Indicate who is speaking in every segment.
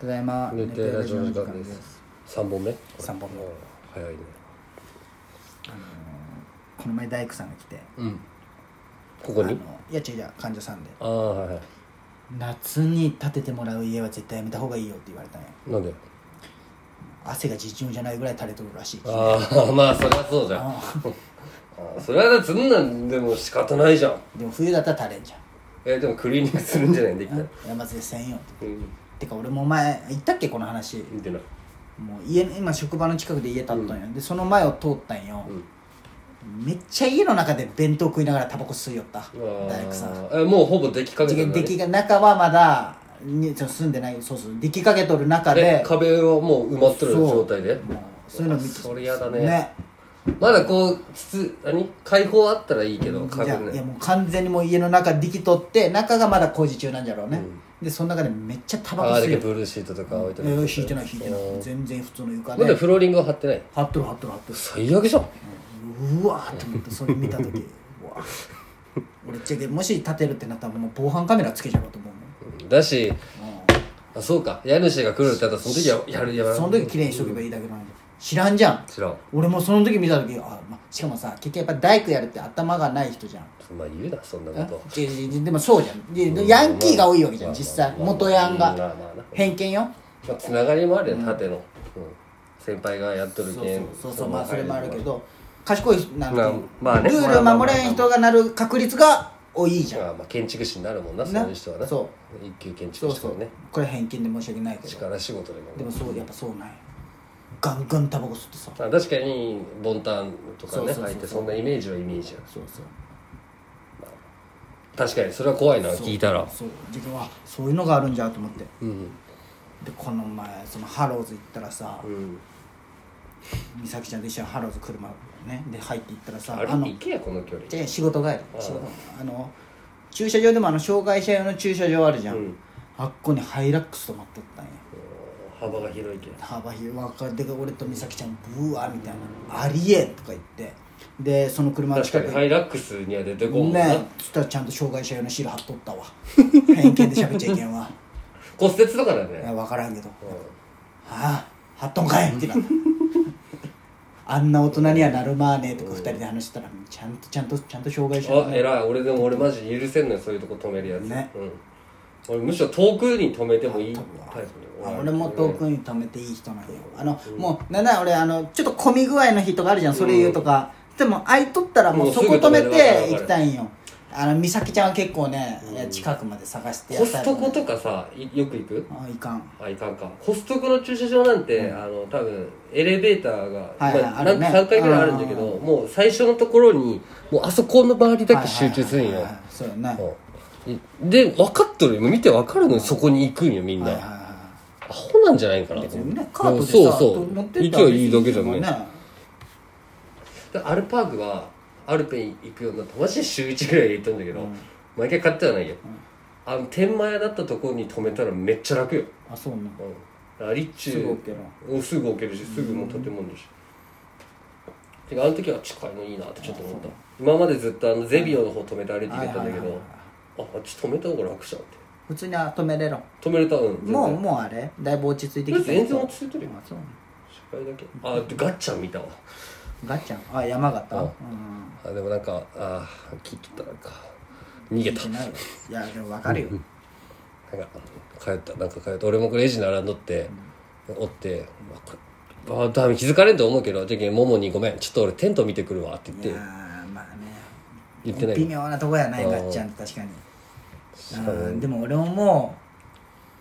Speaker 1: ただいま
Speaker 2: 寝てラジオの時間です3本目これ
Speaker 1: 三本目
Speaker 2: うん早いね
Speaker 1: あのーこの前大工さんが来て
Speaker 2: うんここ
Speaker 1: あの
Speaker 2: に
Speaker 1: いや違う違う患者さんで
Speaker 2: ああはいは
Speaker 1: 夏に建ててもらう家は絶対やめた方がいいよって言われたんや
Speaker 2: いなんで
Speaker 1: 汗が尋常じゃないぐらい垂れとるらしい
Speaker 2: ああ まあそりゃそうじゃんあーそれはだってそんなんでも仕方ないじゃん
Speaker 1: でも冬だったら垂れんじゃん
Speaker 2: えでもクリーニングするんじゃないできたら
Speaker 1: 山津でせんよって
Speaker 2: うん
Speaker 1: てか俺も前言ったっけこの話
Speaker 2: 見てない
Speaker 1: もう家今職場の近くで家建ったんや、でその前を通ったんよ、めっちゃ家の中で弁当食いながらタバコ吸いよった大工さん
Speaker 2: あーえもうほぼ出来かけ
Speaker 1: で
Speaker 2: てる
Speaker 1: 出来が中はまだにちょ住んでないそうそう出来かけとる中
Speaker 2: え
Speaker 1: で
Speaker 2: 壁はもう埋まっとる
Speaker 1: そう
Speaker 2: 状態で
Speaker 1: もうそういうの見て
Speaker 2: あそれやだね
Speaker 1: ね
Speaker 2: まだこう筒何開放あったらいいけど
Speaker 1: じゃあ
Speaker 2: 確
Speaker 1: いや
Speaker 2: ね
Speaker 1: もう完全にもう家の中出来とって中がまだ工事中なんじゃろうね、でその中でめっちゃタバコ
Speaker 2: ああ
Speaker 1: 吸
Speaker 2: だ
Speaker 1: い
Speaker 2: け
Speaker 1: よ
Speaker 2: ブルーシートとか置いて
Speaker 1: え
Speaker 2: る
Speaker 1: ー引いてない引いてない全然普通の床
Speaker 2: まだ
Speaker 1: で
Speaker 2: フローリングは張ってない
Speaker 1: 貼っとる貼っとる貼っとる
Speaker 2: 最悪じゃん
Speaker 1: うわーって思ってそれ見た時うわ俺っちゃけもし建てるってなったらもう防犯カメラつけちゃおうと思うも
Speaker 2: だし
Speaker 1: ん、
Speaker 2: あそうか家主が来るってなったらその時はやるや
Speaker 1: うん、
Speaker 2: ら
Speaker 1: その時綺麗にしとけばいいだけなのに知らんじゃん
Speaker 2: 知らん
Speaker 1: 俺もその時見た時あ、ま、しかもさ結局やっぱ大工やるって頭がない人じゃん
Speaker 2: まあ言うなそんな
Speaker 1: え
Speaker 2: こ
Speaker 1: いやいやいやでもそうじゃんい
Speaker 2: と
Speaker 1: やヤンキーが多いわけじゃん
Speaker 2: まあ
Speaker 1: 実際
Speaker 2: まあまあ
Speaker 1: 元ヤン
Speaker 2: うん
Speaker 1: が
Speaker 2: まあまあな
Speaker 1: 偏見よ
Speaker 2: まあつながりもあるよ縦のうん先輩がやっ
Speaker 1: そ
Speaker 2: と
Speaker 1: う
Speaker 2: る
Speaker 1: そう
Speaker 2: けん
Speaker 1: そうそうまあそれもあるけど賢いなんて
Speaker 2: まあまあね
Speaker 1: ルール守れん人がなる確率が多いじゃん
Speaker 2: まあまあ建築士になるもんなそう
Speaker 1: な
Speaker 2: いう人はな
Speaker 1: そ
Speaker 2: 一級建
Speaker 1: そ
Speaker 2: 築
Speaker 1: う
Speaker 2: 士
Speaker 1: そ
Speaker 2: と
Speaker 1: う
Speaker 2: かね
Speaker 1: これ偏見で申し訳ないけど
Speaker 2: 力仕事でもね
Speaker 1: でもそうやっぱそうなんやガンガンタバコ吸ってさ
Speaker 2: あ確かにボンタンとか
Speaker 1: そう
Speaker 2: ね
Speaker 1: そうそうそう
Speaker 2: 入ってそんなイメージはイメージや
Speaker 1: そうそう
Speaker 2: 確かにそれは怖いな聞いたら
Speaker 1: そう自分はそういうのがあるんじゃと思って
Speaker 2: うん
Speaker 1: でこの前そのハローズ行ったらさ
Speaker 2: うん
Speaker 1: 美咲ちゃんと一緒にハローズ車ねで入って行ったらさ
Speaker 2: あれ
Speaker 1: の
Speaker 2: 行けやこの距離
Speaker 1: じゃあ仕事帰り
Speaker 2: ああ
Speaker 1: 仕事あの駐車場でもあの障害者用の駐車場あるじゃん、
Speaker 2: うん
Speaker 1: あっこにハイラックス止まっとったんや
Speaker 2: 幅が広いけ
Speaker 1: 幅広い若手が俺と美咲ちゃんブワーみたいな「ありえん!」とか言ってでその車の
Speaker 2: 確か
Speaker 1: 近く
Speaker 2: にハイラックスには出てこんもんな、
Speaker 1: ねえつったらちゃんと障害者用のシール貼っとった わ偏見で喋っちゃいけんわ
Speaker 2: 骨折とかだ
Speaker 1: い
Speaker 2: ね
Speaker 1: や分からんけど
Speaker 2: う
Speaker 1: 「
Speaker 2: ん
Speaker 1: はあ貼っとんかい!」ってなった あんな大人にはなるまーねとか二人で話してたらちゃんとちゃんとちゃんと障害者用
Speaker 2: あ
Speaker 1: の
Speaker 2: 偉い俺でも俺マジ許せんのよそういうとこ止めるやつ、
Speaker 1: ね
Speaker 2: うん、俺むしろ遠くに止めてもいい
Speaker 1: 多
Speaker 2: タイ
Speaker 1: 分
Speaker 2: プね
Speaker 1: あ俺も遠くに止めていい人なんよあの、もうなんなら俺あのちょっと混み具合の日とかあるじゃんそれ言うとか、でも空いとったらも
Speaker 2: も
Speaker 1: う
Speaker 2: う
Speaker 1: そ
Speaker 2: すぐ
Speaker 1: こ止め
Speaker 2: 止めるわかる
Speaker 1: て行きたいんよあの美咲ちゃんは結構ね、いや近くまで探して
Speaker 2: コストコ
Speaker 1: と
Speaker 2: とかさいよく行く
Speaker 1: あいかん
Speaker 2: あいかんかコストコの駐車場なんて、あの多分エレベーターが、
Speaker 1: はいはい
Speaker 2: ま
Speaker 1: あ
Speaker 2: あ
Speaker 1: るね
Speaker 2: 3回ぐらいあるんだけどもう最初のところにもうあそこの周りだけ集中するん
Speaker 1: はい
Speaker 2: よ
Speaker 1: はいはいはいそうよねはいは
Speaker 2: うんで分かっとるよ見て分かるのにそこに行くんよみんな、
Speaker 1: いは
Speaker 2: アホなんじゃないかなと
Speaker 1: い
Speaker 2: 思う
Speaker 1: みんなカートでさ
Speaker 2: そうそう
Speaker 1: 持って
Speaker 2: 行
Speaker 1: った
Speaker 2: け
Speaker 1: ら
Speaker 2: ばいいだけじゃんね
Speaker 1: ね
Speaker 2: でアルパークはアルペン行くようになってマジで週1ぐらいで行ったんだけど、毎回買ってはないよ、あの天満屋だったところに止めたらめっちゃ楽よ、
Speaker 1: あそうな
Speaker 2: うん、あリッチュ
Speaker 1: すぐ置ける
Speaker 2: うんすぐ置けるしすぐもう建物だし、てかあの時は近いのいいなってちょっと思った今までずっとあのゼビオの方止めて歩いてきたんだ
Speaker 1: はいはいはい
Speaker 2: け
Speaker 1: は
Speaker 2: ど
Speaker 1: い
Speaker 2: ああっち止めた方が楽じゃんって
Speaker 1: 普通にあ止めれろ
Speaker 2: 止めれたうん全然
Speaker 1: もうもうあれだいぶ落ち着いてきて
Speaker 2: 全然落ち着いてるよ
Speaker 1: あそう
Speaker 2: 失敗だけあでガッチャン見たわ
Speaker 1: ガッチャンあ山形
Speaker 2: うん
Speaker 1: うん
Speaker 2: あでもなんかあー聞いとったなんか逃げた
Speaker 1: 聞いてないよいやでも分かるよ
Speaker 2: なんか帰ったなんか帰った俺もこれレジ並んどって、おって、まあ、これまあ多分気づかれんと思うけどじゃけんももに「ごめんちょっと俺テント見てくるわ」って
Speaker 1: い
Speaker 2: 言
Speaker 1: や
Speaker 2: って
Speaker 1: ーまあね
Speaker 2: 言ってない
Speaker 1: 微妙なとこやない
Speaker 2: あー
Speaker 1: ガッチャンって確かにうんでも俺もも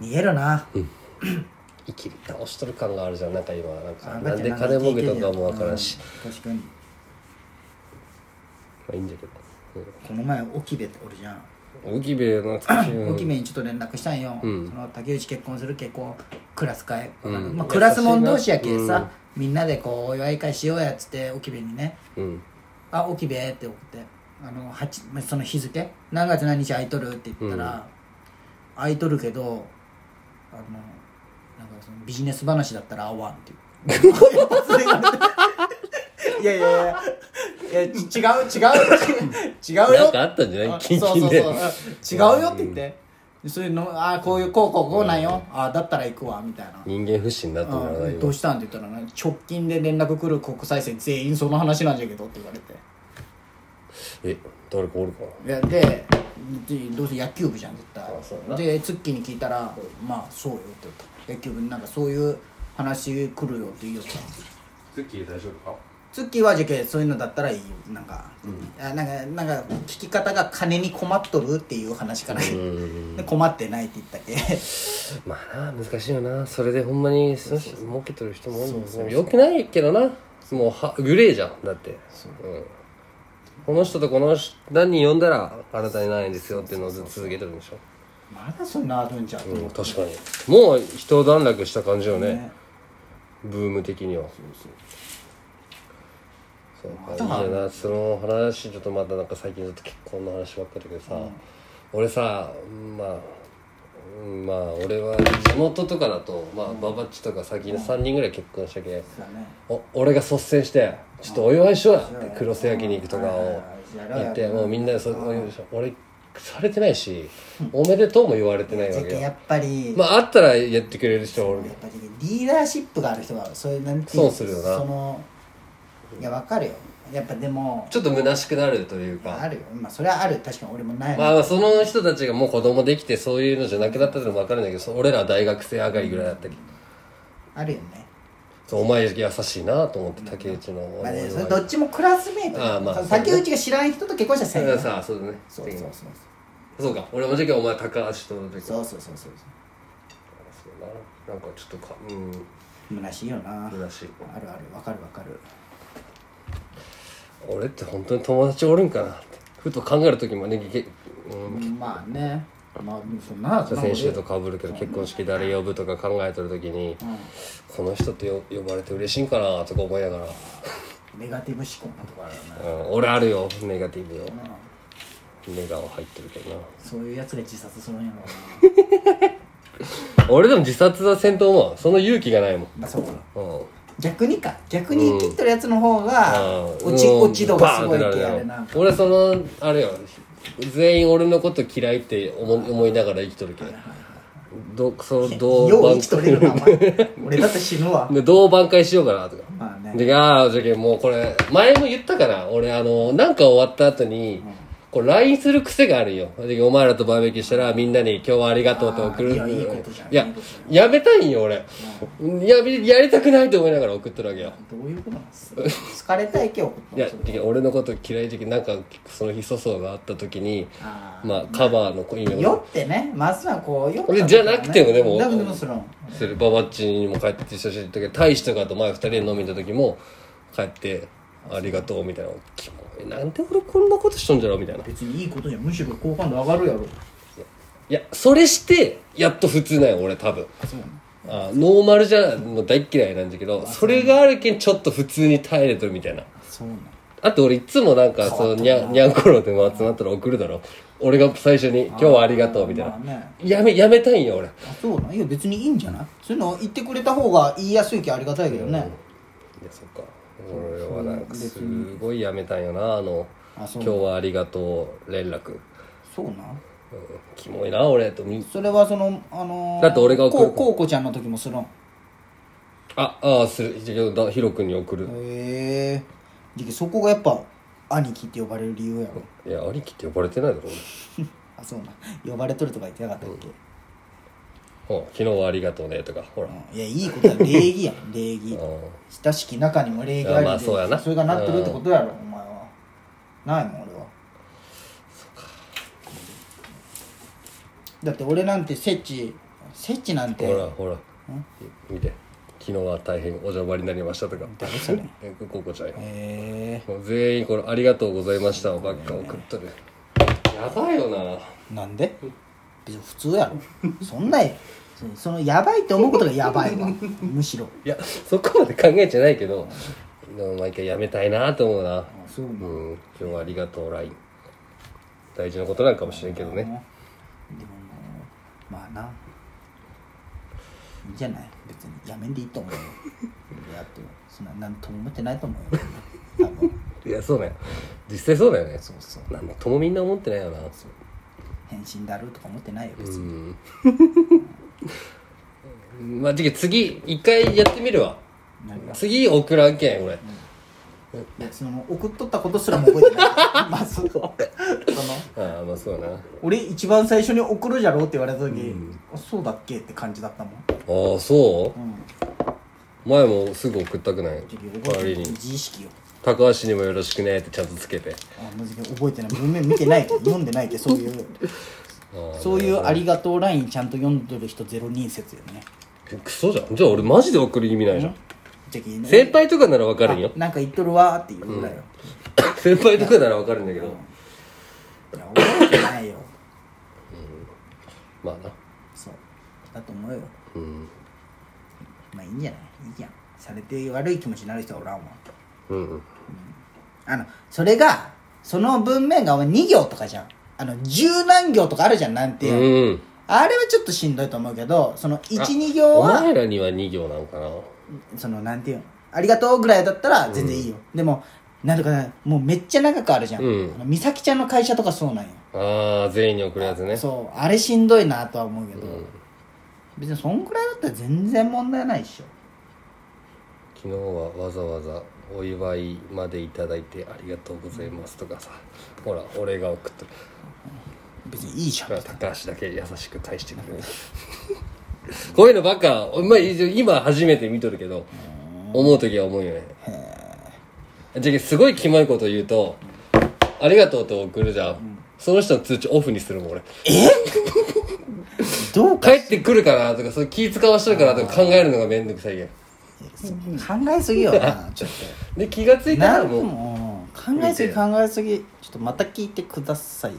Speaker 1: う逃げるな
Speaker 2: 生きり倒しとる感があるじゃんなんか今なんか
Speaker 1: あ
Speaker 2: なんで
Speaker 1: ガッチャン
Speaker 2: 金儲け
Speaker 1: なん聞い
Speaker 2: とか
Speaker 1: てる
Speaker 2: も
Speaker 1: よ
Speaker 2: わからんし、
Speaker 1: うん確かに
Speaker 2: まあいいんだけど、
Speaker 1: この前沖部っておるじゃん
Speaker 2: うん、沖部懐かしい
Speaker 1: 沖部にちょっと連絡したんよ、
Speaker 2: うん
Speaker 1: その竹内結婚するけこうクラス会、
Speaker 2: うん
Speaker 1: まあ、クラスもん同士やけさ、みんなでこうお祝い会しようやっつって沖部にね
Speaker 2: うん
Speaker 1: 「あ沖部」って送ってあの八まあその日付何月何日空いとるって言ったら、空いとるけどあのなんかそのビジネス話だったら会わんっていう いやいやいやいやち 違う違う違うよ
Speaker 2: なんかあったんじゃない
Speaker 1: あ
Speaker 2: キン
Speaker 1: そう
Speaker 2: キ
Speaker 1: そうそ
Speaker 2: ン
Speaker 1: う
Speaker 2: で
Speaker 1: うん違うよって言って、でそういうのああこういうこうこうこうなんよ、ああだったら行くわみたいな、
Speaker 2: 人間不信になってもらわない
Speaker 1: うん
Speaker 2: よ
Speaker 1: どうしたんって言ったら、ね、直近で連絡来る国際線全員その話なんじゃけどって言われて
Speaker 2: え誰かおるかない
Speaker 1: やででどうせ野球部じゃん絶
Speaker 2: そうや
Speaker 1: 対
Speaker 2: な
Speaker 1: でツッキーに聞いたら「まあそうよ」って言った野球部になんかそういう話来るよって言いよった
Speaker 3: ツッキー大丈夫か
Speaker 1: ツッキーはじゃけそういうのだったらいいよなんか、あなんかなんか聞き方が金に困っとるっていう話から、で困ってないって言ったっけ
Speaker 2: まあな難しいよなそれでほんまにその人儲けてる人も多いもんねよくないけどなもうはグレーじゃんだってうんこの人とこの人何人呼んだらあなたにないんですよっていうのをずっと続けてるんでしょ
Speaker 1: まだそんなあるんじゃん、
Speaker 2: うん確かにもう一段落した感じよね
Speaker 1: ね
Speaker 2: ブーム的にはそうかいい
Speaker 1: まだ
Speaker 2: よなその話ちょっとまたなんか最近ちょっと結婚の話ばっかりだけどさ、俺さまあうんまあ俺は地元とかだとまあババッチとか最近3人ぐらい結婚したけ、
Speaker 1: そうだね
Speaker 2: お俺が率先して「ちょっとお祝いしようや」って黒瀬焼肉とか
Speaker 1: はいはい
Speaker 2: を
Speaker 1: はい
Speaker 2: 言って
Speaker 1: やろうやろう
Speaker 2: もうみんなでそお祝いしよう俺されてないし「おめでとう」も言われてない
Speaker 1: じ
Speaker 2: わ
Speaker 1: ゃけ
Speaker 2: け
Speaker 1: や
Speaker 2: よ
Speaker 1: っぱり、
Speaker 2: まああったらやってくれる人はおるけ
Speaker 1: や
Speaker 2: ど
Speaker 1: っぱりリーダーシップがある人はそういうなんていうの
Speaker 2: そうするよな
Speaker 1: そのいやわかるよやっぱでも
Speaker 2: ちょっと虚しくなるというか
Speaker 1: あるよまあそれはある確かに俺もないもん
Speaker 2: まあ、その人たちがもう子供できてそういうのじゃなくなったってのも分かるんだけどそう俺らは大学生上がりぐらいだったけど
Speaker 1: あるよね
Speaker 2: そうお前優しいなと思って竹内の
Speaker 1: まあね、それ
Speaker 2: だ
Speaker 1: どっちもクラスメートだよ
Speaker 2: ああまあ
Speaker 1: その竹内が知らん人と結婚したらせん
Speaker 2: か
Speaker 1: よ
Speaker 2: らさそうだね
Speaker 1: そうそうそう
Speaker 2: そうか俺もじゃけお前高橋との時
Speaker 1: そ
Speaker 2: そう
Speaker 1: うそうそうそう
Speaker 2: だななんかちょっとかうん
Speaker 1: 虚しいよな
Speaker 2: 虚しい
Speaker 1: あるあるわかるわかる
Speaker 2: 俺って本当に友達おるんかなってふと考える時もねけ、うん、
Speaker 1: まあねまあそんなそんな
Speaker 2: 先週とかぶるけど結婚式誰呼ぶとか考えてる時に、この人ってよ呼ばれて嬉しいんかなとか思いながら、
Speaker 1: ネガティブ思考のとこあるよね
Speaker 2: うん、俺あるよネガティブよ、ネガは入ってるけどな
Speaker 1: そういうやつが自殺するんやろうな
Speaker 2: 俺でも自殺は戦闘もその勇気がないもん
Speaker 1: まあそうか
Speaker 2: うん
Speaker 1: 逆にか逆に生きとるやつの方が落ち、
Speaker 2: うん
Speaker 1: 落ち度がすごい
Speaker 2: バーン
Speaker 1: っ
Speaker 2: っ
Speaker 1: ててあ
Speaker 2: なる
Speaker 1: れ
Speaker 2: よ
Speaker 1: な
Speaker 2: 俺そのあれよ全員俺のこと嫌いって思思いながら生きとるけどどそのど
Speaker 1: よ
Speaker 2: う
Speaker 1: う
Speaker 2: 挽
Speaker 1: 生きとれるなお前俺だって死ぬわ
Speaker 2: でどう挽回しようかなとか
Speaker 1: まあね
Speaker 2: でああじゃけもうこれ前も言ったから俺あのなんか終わった後に、こう LINE する癖があるよでお前らとバーベキューしたらみんなに「今日はありがとう」と送る
Speaker 1: あーいやいいことじゃん
Speaker 2: いや
Speaker 1: いいこ
Speaker 2: やめたいんよ俺、やめやりたくないと思いながら送ってるわけよ、
Speaker 1: どういうことなんですか疲れたいけ送った
Speaker 2: いやてか俺のこと嫌いでなんかその日粗相があった時に
Speaker 1: あー
Speaker 2: まあカバーの意味
Speaker 1: 酔
Speaker 2: を
Speaker 1: ってねまずはこう酔った
Speaker 2: 俺じゃなくてもでも
Speaker 1: だけどもその
Speaker 2: するババッチにも帰ってきたしだけど大使とかと前二人で飲みに行った時も帰って「ありがとう」みたいな「キモいなんで俺こんなことしとんじゃろ」みたいない
Speaker 1: 別にいいことじゃんむしろ好感度上がるやろ
Speaker 2: やそれしてやっと普通なんよ俺多分
Speaker 1: そうなの
Speaker 2: あノーマルじゃもう大っ嫌いなんだけどそれがあるけんちょっと普通に耐えれてるみたいな
Speaker 1: そうなの
Speaker 2: あと俺いつもなんかそのにゃんにゃんころでも集まったら送るだろ俺が最初に「今日はありがとう」みたいな
Speaker 1: まあね
Speaker 2: やめやめたいんよ俺
Speaker 1: あそうなんいや別にいいんじゃないそういうの言ってくれた方が言いやすいけありがたいけどね
Speaker 2: いやそっか俺はなんかすごいやめたんよなあの
Speaker 1: あ
Speaker 2: 「
Speaker 1: そう
Speaker 2: 今日はありがとう」連絡、うん、
Speaker 1: そうなん
Speaker 2: キモいな俺とみ
Speaker 1: それはそのあのー
Speaker 2: だって俺が送
Speaker 1: こ
Speaker 2: る
Speaker 1: うこうこちゃんの時もするんへ
Speaker 2: あああするじゃあだヒロ君に送る、
Speaker 1: えじゃけそこがやっぱ兄貴って呼ばれる理由やろ
Speaker 2: いや兄貴って呼ばれてないだろ
Speaker 1: あそうなん呼ばれとるとか言ってなかったっけ、
Speaker 2: 俺、うん、昨日はありがとうねとかほら、
Speaker 1: うんいやいいことだ礼儀やん礼儀
Speaker 2: うん
Speaker 1: 親しき中にも礼儀ありで
Speaker 2: あまあそうやな
Speaker 1: れがなってるってことやろ、お前はないもん俺はだって俺なんてせちせちなんて
Speaker 2: ほらほら見て昨日は大変お邪魔になりましたとか
Speaker 1: 誰それ
Speaker 2: えこここちゃんよ
Speaker 1: え
Speaker 2: もう全員これ「ありがとうございました」ばっか送っとるやばいよな
Speaker 1: ー、なんで別に普通やろそんなやそのやばいって思うことがやばいわむしろ
Speaker 2: いやそこまで考えちゃないけどでも毎回やめたいなと思うな
Speaker 1: そう
Speaker 2: う
Speaker 1: ね
Speaker 2: ん今日はありがとう LINE 大事なことなんかもしれんけど
Speaker 1: で
Speaker 2: ね
Speaker 1: もまあないいんじゃない別にやめんでいいと思うよやってもそんな何とも思ってないと思うよ多分
Speaker 2: いやそうだよ実際そうだよね
Speaker 1: そうそう
Speaker 2: なんともみんな思ってないよな
Speaker 1: 返信だるとか思ってないよ別に、
Speaker 2: まあ、次、次、一回やってみるわ。
Speaker 1: 何が
Speaker 2: 次、送らんけん、俺。
Speaker 1: いやその送っとったことすらも覚えてないまずその
Speaker 2: ああ、まあそうだな。あ
Speaker 1: 俺一番最初に送るじゃろうって言われた時、あそうだっけって感じだったもん、
Speaker 2: あ、そう
Speaker 1: うん、
Speaker 2: 前もすぐ送ったくない代わ
Speaker 1: 覚え
Speaker 2: り
Speaker 1: てない
Speaker 2: に。
Speaker 1: 自意識よ
Speaker 2: 高橋にもよろしくねってちゃんとつけて。
Speaker 1: あマジで覚えてない文面見てないけど読んでないけどそういう
Speaker 2: ああ
Speaker 1: そういうありがとうラインちゃんと読んどる人ゼロ人説よね
Speaker 2: クソじゃん。じゃあ俺マジで送る意味ないじゃん。
Speaker 1: じゃあ
Speaker 2: 先輩とかならわかるんよ。
Speaker 1: なんか言っとるわーって言うぐらいよ、
Speaker 2: 先輩とかならわかるんだけど。
Speaker 1: いや覚えてないよ
Speaker 2: まあな。
Speaker 1: そうだと思うよ
Speaker 2: うん。
Speaker 1: まあいいんじゃないいいやんされて悪い気持ちになる人はおらんわ
Speaker 2: うん。
Speaker 1: あのそれがその文面が2行とかじゃんあの十何行とかあるじゃんなんて、
Speaker 2: うん。
Speaker 1: あれはちょっとしんどいと思うけどその12行
Speaker 2: お
Speaker 1: は
Speaker 2: 前らには2行なのかな。
Speaker 1: そのなんていうのありがとうぐらいだったら全然いいよ、でもなんとかなもうめっちゃ長くあるじゃん、
Speaker 2: うん
Speaker 1: あの美咲ちゃんの会社とかそうなんよ、
Speaker 2: ああ、全員に送るやつね。
Speaker 1: そうあれしんどいなとは思うけど、別にそんくらいだったら全然問題ないっしょ
Speaker 2: 昨日はわざわざお祝いまでいただいてありがとうございますとかさほら俺が送った
Speaker 1: 別にいいじゃん
Speaker 2: ほら高橋だけ優しく返してくれるこういうのばっかお前今初めて見とるけど思う時は思うよねじゃあすごいキモいこと言うと「ありがとう」と送るじゃん、その人の通知オフにするもん俺
Speaker 1: どうか
Speaker 2: 帰ってくるかなとかそれ気使わしとるかなとか考えるのがめんどくさいやん
Speaker 1: 考えすぎよなちょっ
Speaker 2: で気がつ
Speaker 1: と
Speaker 2: いた
Speaker 1: な
Speaker 2: ら
Speaker 1: ん
Speaker 2: もう
Speaker 1: もう考えすぎ考えすぎちょっとまた聞いてください